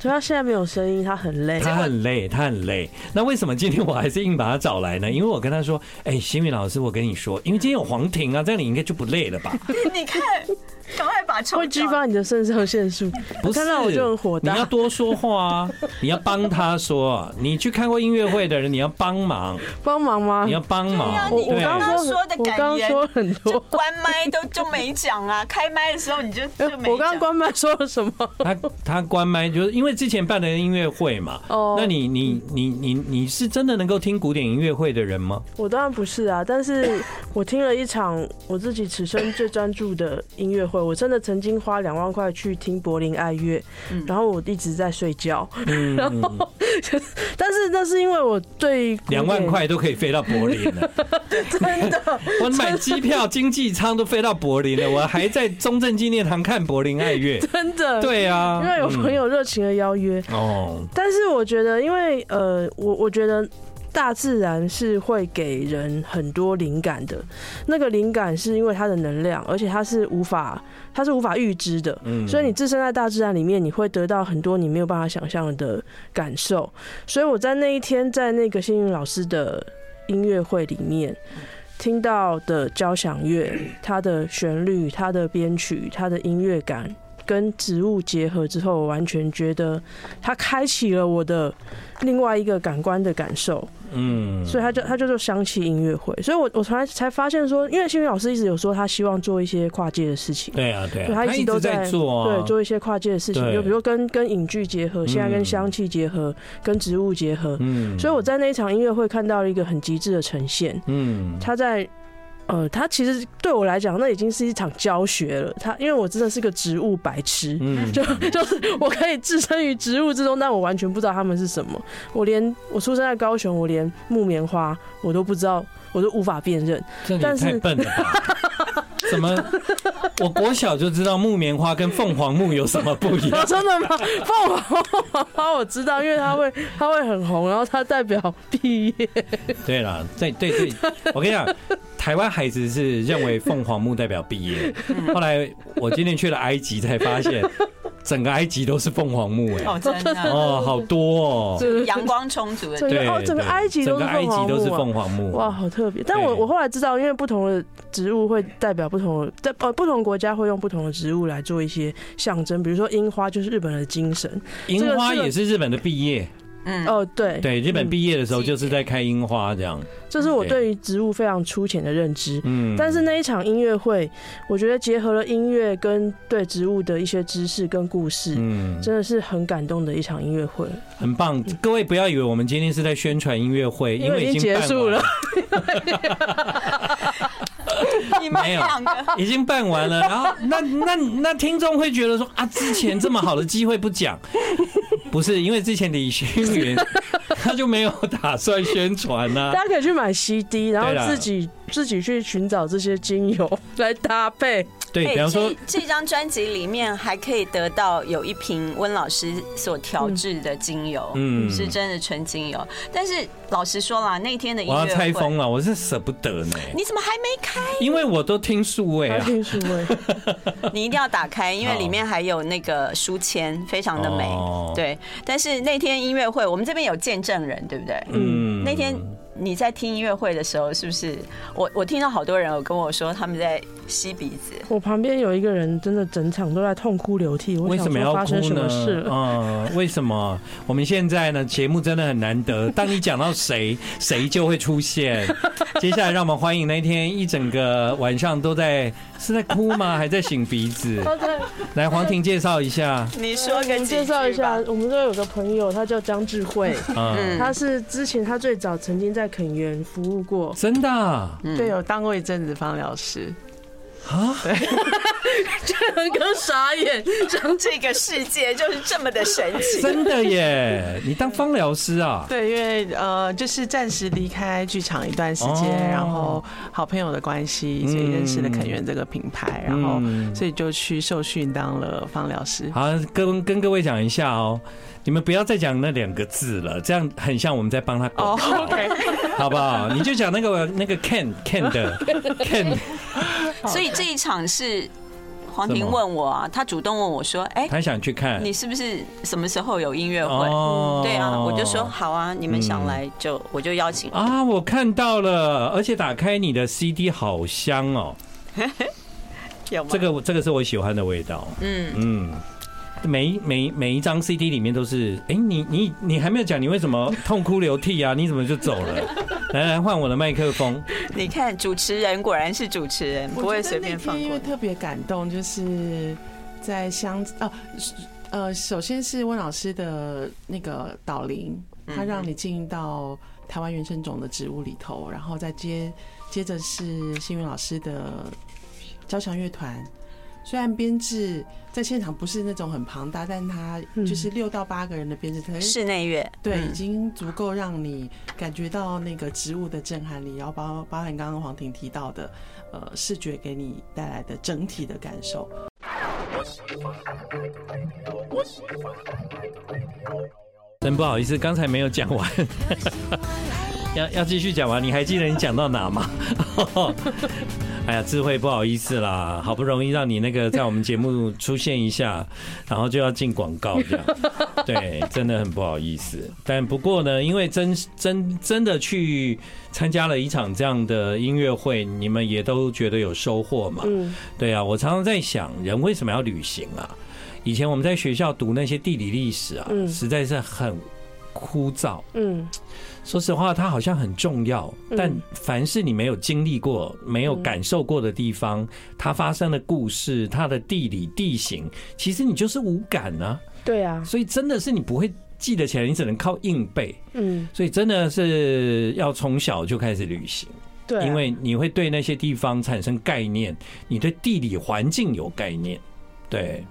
S3: 主要现在没有声音，他很累。
S1: 他很累，他很累。那为什么今天我还是硬把他找来呢？因为我跟他说，哎，新宇老师，我跟你说，因为今天有黄庭啊，这样你应该就不累
S3: [laughs]
S1: 了吧？
S2: 你看，赶快把
S3: 会激发你的肾上腺素，
S1: 不是，
S3: 看到我就很火
S1: 你要
S3: 大。
S1: 多说话
S3: [laughs]
S1: 啊，你要帮他说啊。你去看过音乐会的人，你要帮忙，
S3: 帮忙吗
S1: 你？要帮忙。
S3: 我我
S1: 对
S3: 啊刚
S2: 刚
S3: 刚
S2: 刚
S3: 说
S2: 说
S3: 很
S2: 的
S3: 我刚
S2: 感
S3: 刚
S2: 言
S3: 说很
S2: 就
S3: 多，
S2: 关麦都就没讲啊，开麦的时候你就就没讲。
S3: 呃我刚刚关麦说了什么？
S1: 他他关麦，就是因为之前办的音乐会嘛。
S3: 哦
S1: 那你你你你你是真的能够听古典音乐会的人吗？
S3: [laughs] 我当然不是啊，但是我听了一场我自己此生最专注的音乐会，我真的曾经花两万块去听柏林爱乐，
S2: 嗯
S3: 然后我一直在睡觉， [laughs] 然后但是那是因为我对古典
S1: 两万块都可以飞到柏林了，
S3: [laughs] 真的，
S1: [laughs] 我买机票经济舱都飞到柏林了，我还在中正纪念堂看柏林爱
S3: [laughs]
S1: 乐。
S3: [laughs] 真的，
S1: 对啊，
S3: 因为有朋
S1: 友
S3: 友热情的邀约，
S1: 哦，
S3: 但是我觉得，因为呃，我我觉得大自然是会给人很多灵感的，那个灵感是因为它的能量，而且它是无法它是无法预知的，所以你置身在大自然里面，你会得到很多你没有办法想象的感受。所以我在那一天在那个幸运老师的音乐会里面。听到的交响乐，它的旋律、它的编曲、它的音乐感，跟植物结合之后，我完全觉得它开启了我的另外一个感官的感受，
S1: 嗯，
S3: 所以它就它就是香气音乐会。所以我我从来才发现说，因为幸运老师一直有说他希望做一些跨界的事情。
S1: 对啊，对啊，
S3: 对他一直都在
S1: 做啊，
S3: 对，做一些跨界的事情，
S1: 对
S3: 就比如说跟跟影剧结合，现在跟香气结合，跟植物结合，
S1: 嗯，
S3: 所以我在那一场音乐会看到了一个很极致的呈现。
S1: 嗯，
S3: 他在呃，他其实对我来讲，那已经是一场教学了。他因为我真的是个植物白痴，
S1: 嗯
S3: [laughs] 就就是我可以置身于植物之中，但我完全不知道它们是什么。我连我出生在高雄，我连木棉花我都不知道，我都无法辨认。
S1: 这也
S3: 但是
S1: 太笨了吧？
S3: [laughs]
S1: 怎么？我国小就知道木棉花跟凤凰木有什么不一样
S3: 哦，？ [laughs] 真的吗？凤凰凤凰我知道，因为它会 [laughs] 它会很红，然后它代表毕业。
S1: [laughs] 对啦，对对对，我跟你讲，台湾孩子是认为凤凰木代表毕业，
S3: 嗯
S1: 后来我今天去了埃及才发现，整个埃及都是凤凰木哎、
S2: 哦，真的
S1: 哦，好多哦，
S3: 这
S2: 阳光充足的
S3: 这
S2: 地
S1: 对，
S3: 哦整个
S1: 对
S3: 埃及都
S1: 整
S3: 是
S1: 个埃及都是凤凰木，
S3: 啊哇，好特别！但我
S1: 对
S3: 我后来知道，因为不同的植物会代表不同的，在呃不同国家会用不同的植物来做一些象征，比如说樱花就是日本的精神。
S1: 樱花也是日本的毕业，
S2: 嗯，
S3: 哦，对，
S1: 对，日本毕业的时候就是在开樱花这样，
S3: 这是我
S1: 对
S3: 对于植物非常粗浅的认知。
S1: 嗯，
S3: 但是那一场音乐会，我觉得结合了音乐跟对植物的一些知识跟故事，
S1: 嗯，
S3: 真的是很感动的一场音乐会。
S1: 很棒，各位不要以为我们今天是在宣传音乐会，因
S3: 因为
S1: 为
S3: 已经
S1: 办完 [laughs]
S3: 结束了，
S2: 你们
S1: 没有哎
S2: 两个
S1: 已经办完了。然后那那那听众会觉得说啊，之前这么好的机会不讲， [laughs] 不是因为之前李星云他就没有打算宣传啊
S3: [laughs]
S1: 呐、
S3: 大家可以去买 CD，然
S1: 对啦
S3: 后自己自己去寻找这些精
S1: [laughs]
S3: 油来搭配。
S1: 对，
S2: 哎
S1: 比方说
S2: 这这张专辑里面还可以得到有一瓶温老师所
S3: 嗯
S2: 调制的精油，
S1: 嗯
S2: 嗯，是真的纯精油。但是老实说啦，那天的音
S1: 我要
S2: 乐
S1: 拆封
S2: 会，
S1: 了，我是舍不得呢，
S2: 你怎么还没开？
S1: 因为我都听数位
S3: 来
S1: 啊。
S3: 听书味，
S1: [laughs]
S2: 你一定要打开，因为里面还有那个书签，非常的美。
S1: 哦
S2: 对，但是那天音乐会，我们这边有见证人，对不对？
S1: 嗯
S2: 那天你在听音乐会的时候，是不是？我我听到好多人有跟我说他们在吸鼻子，
S3: 我旁边有一个人，真的整场都在痛哭流涕。我
S1: 为
S3: 想
S1: 什么
S3: 说
S1: 要
S3: 发生
S1: 哭
S3: 什
S1: 呢
S3: 么事？了？
S1: 嗯，为什么？我们现在呢，节目真的很难得。当你讲到谁，谁就会出现。接下来，让我们欢迎那天一整个晚上都在是在哭吗？还在擤鼻子？来，黄婷介绍一下。
S2: 你说
S3: 我
S2: 跟
S3: 们介绍一
S2: [laughs]
S3: 下，我们这有个朋友，他叫张智慧，
S1: [laughs] 嗯，
S2: 嗯
S3: 他是之前他最早曾经在垦园服务过。
S2: 嗯
S1: 真的啊、
S5: 对，有当过一阵子芳疗师，
S3: 很哥傻眼，
S2: 这个世界就是这么的神
S1: [laughs]
S2: 奇。
S1: 真的耶！你当芳疗师啊？
S5: 对，因为呃，就是暂时离开剧场一段时间，
S1: 哦
S5: 然后好朋友的关系，所以认识了肯源这个品牌，然
S2: 啊
S5: 后
S1: 嗯
S5: 所以就去受训当了芳疗师。
S1: 好，跟跟各位讲一下哦，你们不要再讲那两个字了，这样很像我们在帮他
S5: 哦
S1: 广告，
S5: ，OK，
S1: [laughs] 好不好？你就讲那个那个 Ken Ken 的
S2: [laughs]
S1: Ken，
S2: 所以这一场是黄
S1: 什
S2: 婷
S1: 么
S2: 问我啊，她主动问我说：“哎、
S1: 他想去看
S2: 你是不是什么时候有音乐会？”
S1: 哦嗯
S2: 对啊，我就说好啊，你们想来就我就邀请。
S1: 啊，我看到了，而且打开你的 CD 好香哦，
S2: 有吗
S1: 这个这个是我喜欢的味道。
S2: 嗯，
S1: 嗯，每一每一每一张 CD 里面都是，哎、你你你还没有讲你为什么痛哭流涕啊？你怎么就走了？ [laughs] 来来，换我的麦克风。
S2: 你看主持人果然是主持人，不会随便放
S5: 因
S2: 过
S5: 为
S2: 的。
S5: 特别感动，就是在乡啊，呃，首先是温老师的那个导聆，
S2: 嗯
S5: 他让你进到台湾原生种的植物里头，然后再接接着是幸运老师的交响乐团。虽然编制在现场不是那种很庞大，但他就是六到八个人的编制，可是
S2: 室内乐
S5: 对，已
S2: 嗯 [laughs]
S5: 经足够让你感觉到那个植物的震撼力，然后包包含刚刚黄婷提到的，呃，视觉给你带来的整体的感受。
S1: 真不好意思，刚才没有讲完， [laughs] 要要继续讲完。你还记得你讲到哪吗？ [laughs] 哎呀，智慧，不好意思啦，好不容易让你那个在我们节目出现一下，然后就要进广告这样，对，真的很不好意思。但不过呢，因为真真真的去参加了一场这样的音乐会，你们也都觉得有收获嘛？
S3: 嗯，
S1: 对啊，我常常在想，人为什么要旅行啊？以前我们在学校读那些地理历史啊，
S3: 嗯
S1: 实在是很枯燥。
S3: 嗯，
S1: 说实话，它好像很重要，
S3: 嗯
S1: 但凡是你没有经历过、没有
S3: 嗯
S1: 感受过的地方，它发生的故事、它的地理地形，其实你就是无感啊。
S3: 对啊，
S1: 所以真的是你不会记得起来，你只能靠硬背。
S3: 嗯，
S1: 所以真的是要从小就开始旅行。
S3: 对啊，
S1: 因为你会对那些地方产生概念，你对地理环境有概念。对，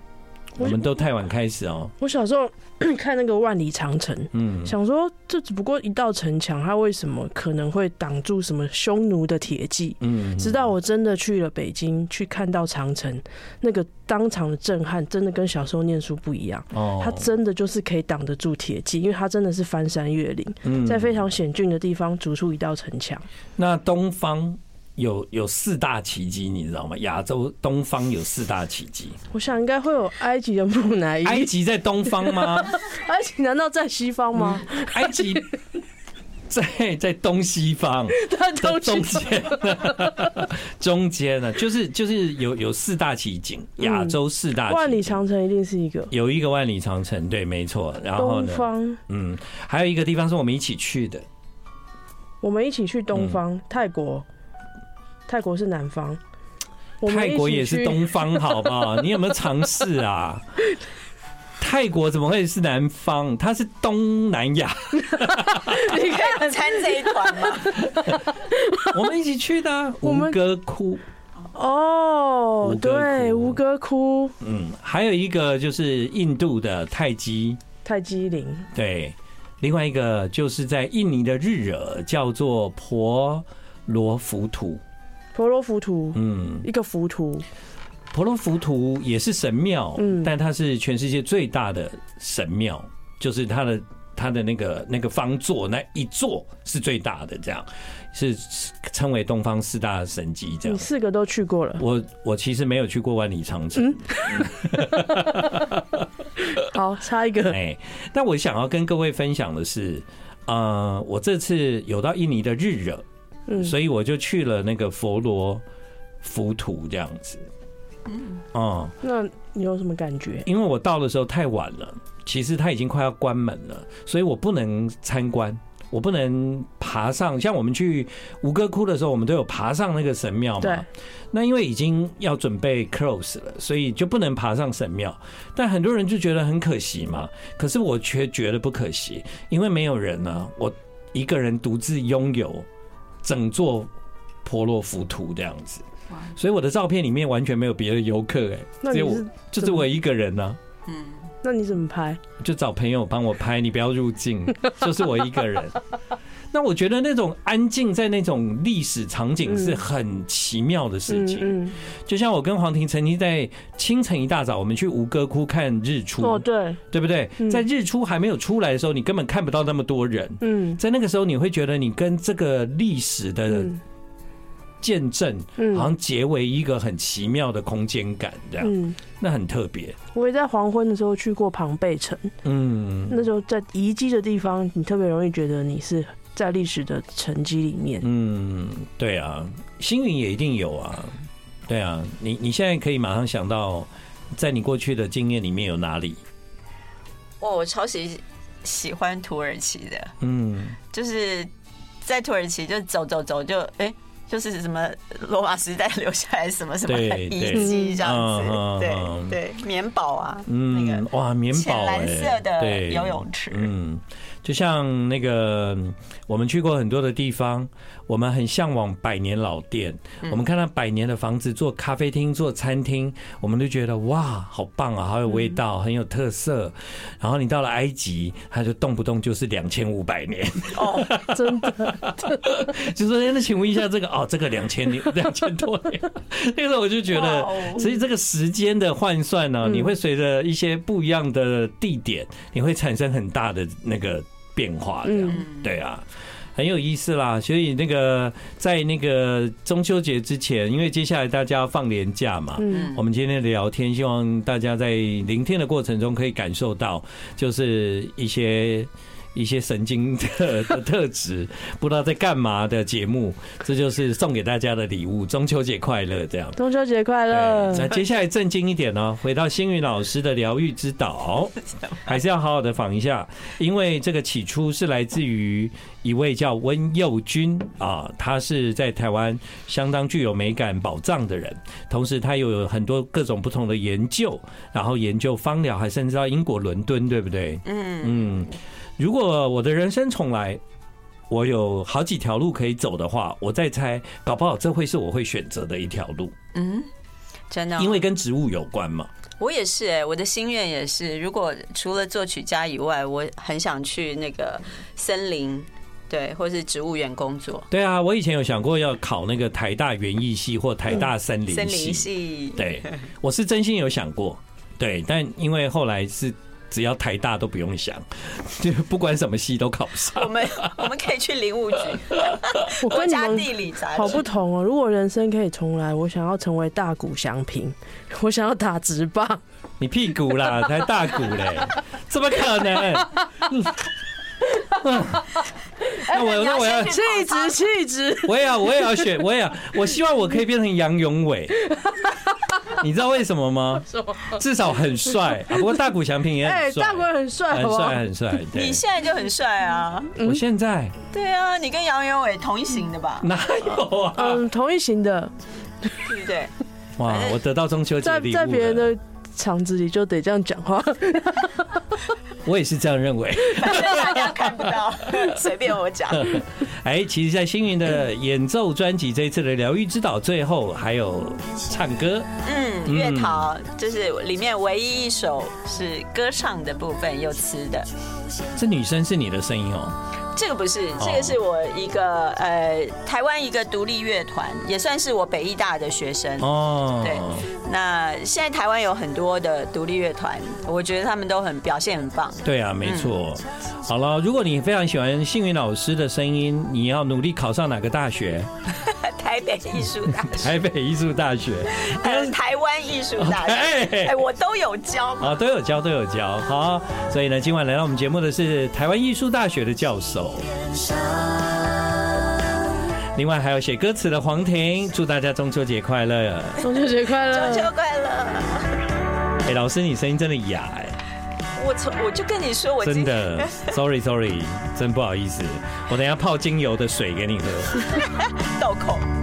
S3: 我
S1: 我们都太晚开始哦。
S3: 我小时候 [clears throat] 看那个《万里长城》，
S1: 嗯，
S3: 想说这只不过一道城墙，它为什么可能会挡住什么匈奴的铁骑？
S1: 嗯
S3: 直到我真的去了北京，去看到长城，那个当场的震撼，真的跟小时候念书不一样。
S1: 哦
S3: 它真的就是可以挡得住铁骑，因为它真的是翻山越岭，
S1: 嗯
S3: 在非常险峻的地方筑出一道城墙。
S1: 那东方有有四大奇迹，你知道吗？亚洲东方有四大奇迹，
S3: 我想应该会有埃及的木乃伊，
S1: 埃及在东方
S3: [laughs]
S1: 吗？
S3: 埃及难道在西方吗？ [laughs]
S1: 埃及在在东西
S3: [laughs]
S1: 方。
S3: 它
S1: 在
S3: 都
S1: 中
S3: 是
S1: 间，啊
S3: [laughs]
S1: 中间呢，就是就是有有四大奇景，
S3: 嗯
S1: 亚洲四大奇景
S3: 万里长城一定是一个
S1: 有一个万里长城，对，没错。然后
S3: 东
S1: 呢，
S3: 方。
S1: 嗯，还有一个地方是我们一起去的，
S3: 我们一起去
S1: 嗯
S3: 东方、泰国，泰国是南方。我们一起
S1: 泰国也是
S3: 去，
S1: 东方，好不好？你有没有尝试
S3: [laughs]
S1: 啊？泰国怎么会是南方？它是东南
S3: [laughs]
S1: 亚，
S2: 你看参这一团吗？
S1: 我们一起去的啊
S3: [laughs] 我
S1: 吴
S3: 们
S1: 哥窟。
S3: 哦
S1: 吴，哥窟
S3: 对，吴哥窟、
S1: 嗯，还有一个就是印度的泰姬，
S3: 泰姬陵，
S1: 对，另外一个就是在印尼的日惹，叫做婆罗浮屠。
S3: 婆罗浮屠。
S1: 嗯，
S3: 一个浮屠，
S1: 婆罗浮屠也是神庙，
S3: 嗯
S1: 但它是全世界最大的神庙，就是它的它的那个那个方座那一座是最大的，这样是是称为东方四大神迹这
S3: 你
S1: 样。
S3: 四个都去过了。
S1: 我我其实没有去过万里长城，
S3: 好，差一个。
S1: 哎，但我想要跟各位分享的是，呃，我这次有到印尼的日惹，
S3: 嗯，
S1: 所以我就去了那个佛罗浮屠这样子。哦、
S3: 那你有什么感觉？
S1: 因为我到的时候太晚了，其实它已经快要关门了，所以我不能参观，我不能爬上。像我们去吴哥窟的时候，我们都有爬上那个神庙
S3: 对
S1: 嘛。那因为已经要准备 close 了，所以就不能爬上神庙。但很多人就觉得很可惜嘛，可是我却觉得不可惜，因为没有人呢、我一个人独自拥有整座婆罗浮屠这样子。所以我的照片里面完全没有别的游客、哎，
S3: 那
S1: 只有
S3: 你
S1: 我
S3: 是
S1: 就是我一个人啊呢、
S2: 嗯，
S3: 那你怎么拍？
S1: 就找朋友帮我拍，你不要入
S3: [laughs]
S1: 境，就是我一个人。那我觉得那种安静在那种历史场景是很奇妙的事情，
S3: 嗯
S1: 就像我跟黄婷曾经在清晨一大早，我们去吴哥窟看日出，
S3: 嗯，哦对，
S1: 对不对？
S3: 嗯
S1: 在日出还没有出来的时候，你根本看不到那么多人，
S3: 嗯
S1: 在那个时候你会觉得你跟这个历史的
S3: 嗯
S1: 见证
S3: 嗯
S1: 呃好像结为一个很奇妙的空间感，这样
S3: 嗯，
S1: 那很特别。
S3: 我也在黄昏的时候去过庞贝城，
S1: 嗯
S3: 那时候在遗迹的地方，你特别容易觉得你是在历史的沉积里面。
S1: 嗯，对啊，星云也一定有啊，对啊，你你现在可以马上想到，在你过去的经验里面有哪里？
S2: 哇，我超喜喜欢土耳其的，
S1: 嗯，
S2: 就是在土耳其就走走走就哎、诶就是什么罗马时代留下来什么什么
S1: 对对
S2: 遗迹这样
S1: 嗯嗯
S2: 子，
S1: 嗯
S2: 对对，棉堡啊，
S1: 嗯，
S2: 那个
S1: 哇，棉
S2: 浅
S1: 宝、欸，
S2: 蓝色的
S1: 对
S2: 游泳池，
S1: 嗯，就像那个嗯我们去过很多的地方，我们很向往百年老店，
S2: 嗯
S1: 我们看到百年的房子做咖啡厅、做餐厅，我们就觉得哇，好棒啊，好有味
S2: 嗯
S1: 道，很有特色。然后你到了埃及，它就动不动就是两千五百年，
S2: 哦，
S3: 真的，
S1: 就说哎那请问一下这个哦，这个两千年两千多年，那个时候我就觉得
S2: 哇哦，嗯
S1: 所以这个时间的换算呢、你会随着一些不一样的地点，你会产生很大的那个变化，这
S2: 嗯
S1: 样、对啊。很有意思啦，所以那个在那个中秋节之前，因为接下来大家要放年假嘛，
S3: 嗯
S1: 我们今天的聊天，希望大家在聆听的过程中可以感受到，就是一些一些神经的的特质，不知道在干嘛的节目，这就是送给大家的礼物。中秋节快乐，这样。
S3: 中秋节快
S1: 对
S3: 乐，
S1: 那接下来正经一点呢、回到星宇老师的疗愈之岛，还是要好好的访一下，因为这个起初是来自于一位叫温佑君啊，他是在台湾相当具有美感宝藏的人，同时他又有很多各种不同的研究，然后研究芳疗，还甚至到英国伦敦，对不对？
S2: 嗯
S1: 嗯，如果我的人生重来。我有好几条路可以走的话，我再猜，搞不好这会是我会选择的一条路。
S2: 嗯，真的哦、
S1: 因为跟植物有关嘛。
S2: 我也是哎、我的心愿也是，如果除了作曲家以外，我很想去那个森林，对，或是植物园工作，
S1: 对啊，我以前有想过要考那个台大园艺系或台大森林系。
S2: 森林系，
S1: 对，我是真心有想过，对，但因为后来是只要台大都不用想， [laughs] 就不管什么系都考不上。
S2: 我们我们可以去林
S3: [laughs]
S2: 务局，
S3: 我
S2: 国
S3: 跟你
S2: 家
S3: 们
S2: 地理杂志，
S3: 好不同哦。如果人生可以重来，我想要成为大谷翔平， [laughs] 我想要打
S2: [laughs]
S3: 直棒。
S1: 你屁股啦，台大股嘞，怎么可
S2: [laughs]
S1: 能？那我那我要
S3: 气质，气质，
S1: 我也要，我也要选，我也要，我希望我可以变成杨永
S3: [laughs]
S1: 伟。你知道为什么吗？至少很帅、啊不过大谷翔平也
S3: 哎
S1: 很，帅，
S3: 大谷很帅，好
S1: 很
S3: 不好
S1: 帅？很帅。对
S2: 你，现在就很帅啊，
S3: 嗯
S1: 我现在
S2: 对啊，你跟杨元伟同一型的吧，
S1: 哪有啊？
S3: 嗯，同一型的，
S2: 对不对？
S1: 哇，我得到中秋节
S3: 在
S1: 礼
S3: 哎在
S1: 物
S3: 别人
S1: 了，
S3: 的场子里就得这样讲话。 [laughs]
S1: 我也是这样认为。
S2: 反正大家看
S1: [laughs]
S2: 不到，随便我讲，
S1: 哎，其实，在星云的演奏专辑这一次的疗愈之岛，最后还有唱歌。
S2: 嗯，月桃就是里面唯一一首是歌唱的部分，有词的。
S1: 这女生是你的声音哦，
S2: 这个不是，这个是我一个呃台湾一个独立乐团，也算是我北艺大的学生。
S1: 哦，
S2: 对，那现在台湾有很多的独立乐团，我觉得他们都很表现很棒。
S1: 对啊，没错。好了，如果你非常喜欢幸运老师的声音，你要努力考上哪个大
S2: [laughs]
S1: 学？
S2: 台北艺术大
S1: [laughs]
S2: 学，
S1: 台北艺术大学。
S2: 还有台湾艺术大
S1: [laughs] 哎
S2: 学，哎，我都有教。
S1: 啊，都有教，都有教。好，所以呢，今晚来到我们节目的是台湾艺术大学的教授，另外还有写歌词的黄婷，祝大家中秋节快
S2: [laughs]
S1: 乐。
S3: 中秋节快
S2: 中秋
S1: 嗯
S3: 乐！
S2: 快乐！
S1: 哎、老师，你声音真的哑哎、
S2: 我从我就跟你说，我
S1: 真
S2: 今天 [laughs]
S1: 的，sorry sorry，真不好意思，我等一下泡精油的水给你喝。
S2: 豆蔻。